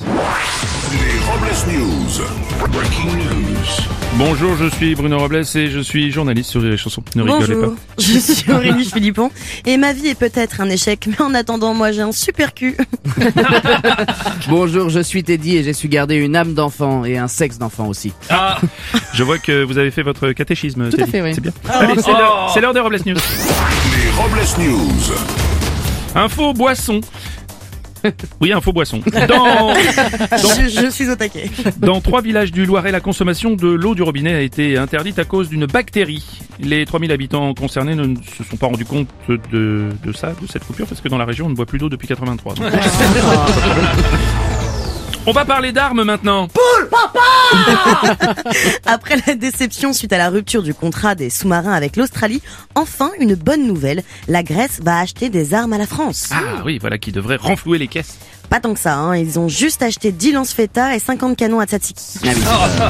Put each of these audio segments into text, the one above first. Les Robles News. Breaking news. Bonjour, je suis Bruno Robles et je suis journaliste sur les chansons. Ne rigolez Bonjour, je suis Aurélie Philippon et ma vie est peut-être un échec, mais en attendant, moi j'ai un super cul. Bonjour, je suis Teddy et j'ai su garder une âme d'enfant et un sexe d'enfant aussi. pas. Je vois que vous avez fait votre catéchisme, Tout à fait, oui. Ah, oh. C'est bien. Allez, c'est l'heure- c'est l'heure des Robles News. Les Robles News. Info boisson. Oui, info boisson. Dans, Je, je suis au taquet. dans trois villages du Loiret, la consommation de l'eau du robinet a été interdite à cause d'une bactérie. Les 3000 habitants concernés ne se sont pas rendus compte de, de ça, de cette coupure, parce que dans la région, on ne boit plus d'eau depuis 83. Donc. On va parler d'armes maintenant. Après la déception suite à la rupture du contrat des sous-marins avec l'Australie, enfin une bonne nouvelle, la Grèce va acheter des armes à la France. Ah oui, voilà qui devrait renflouer les caisses. Pas tant que ça, hein, ils ont juste acheté 10 lance-feta et 50 canons à Tsatsiki. Ah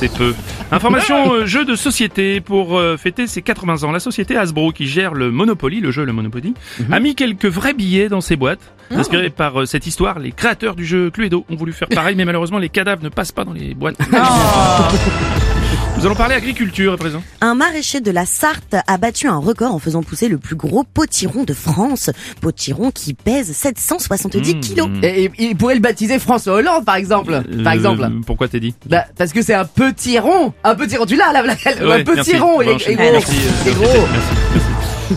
C'est peu. Information euh, jeu de société pour euh, fêter ses 80 ans. La société Hasbro qui gère le Monopoly, le jeu le Monopoly, a mis quelques vrais billets dans ses boîtes. Inspirés par euh, cette histoire, les créateurs du jeu Cluedo ont voulu faire pareil, mais malheureusement les cadavres ne passent pas dans les boîtes. Ah. Nous allons parler agriculture à présent. Un maraîcher de la Sarthe a battu un record en faisant pousser le plus gros potiron de France. Potiron qui pèse 770 kilos. Et, et- il pourrait le baptiser François Hollande, par exemple. Par Euh, exemple. Pourquoi t'es dit Bah, parce que c'est un petit rond. Un petit rond. Tu l'as, la blague. Ouais, un petit merci. rond. On Il va est, il est enchaîner. gros. Merci, euh, Il merci, est gros. merci, merci.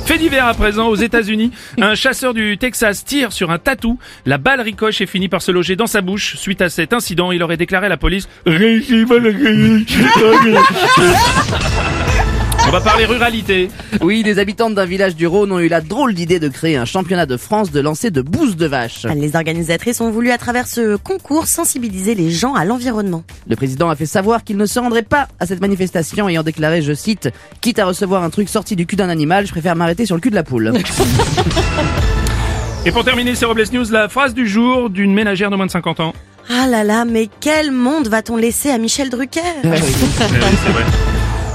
Fait divers à présent aux États-Unis. Un chasseur du Texas tire sur un tatou. La balle ricoche et finit par se loger dans sa bouche. Suite à cet incident, il aurait déclaré à la police. On va parler ruralité. Oui, les habitantes d'un village du Rhône ont eu la drôle d'idée de créer un championnat de France de lancer de bouse de vache. Ah, Les organisatrices ont voulu à travers ce concours sensibiliser les gens à l'environnement. Le président a fait savoir qu'il ne se rendrait pas à cette manifestation ayant déclaré, je cite, quitte à recevoir un truc sorti du cul d'un animal, je préfère m'arrêter sur le cul de la poule. Et pour terminer ces Robles News, la phrase du jour d'une ménagère de moins de 50 ans. Ah là là, mais quel monde va-t-on laisser à Michel Drucker Euh, oui, c'est vrai.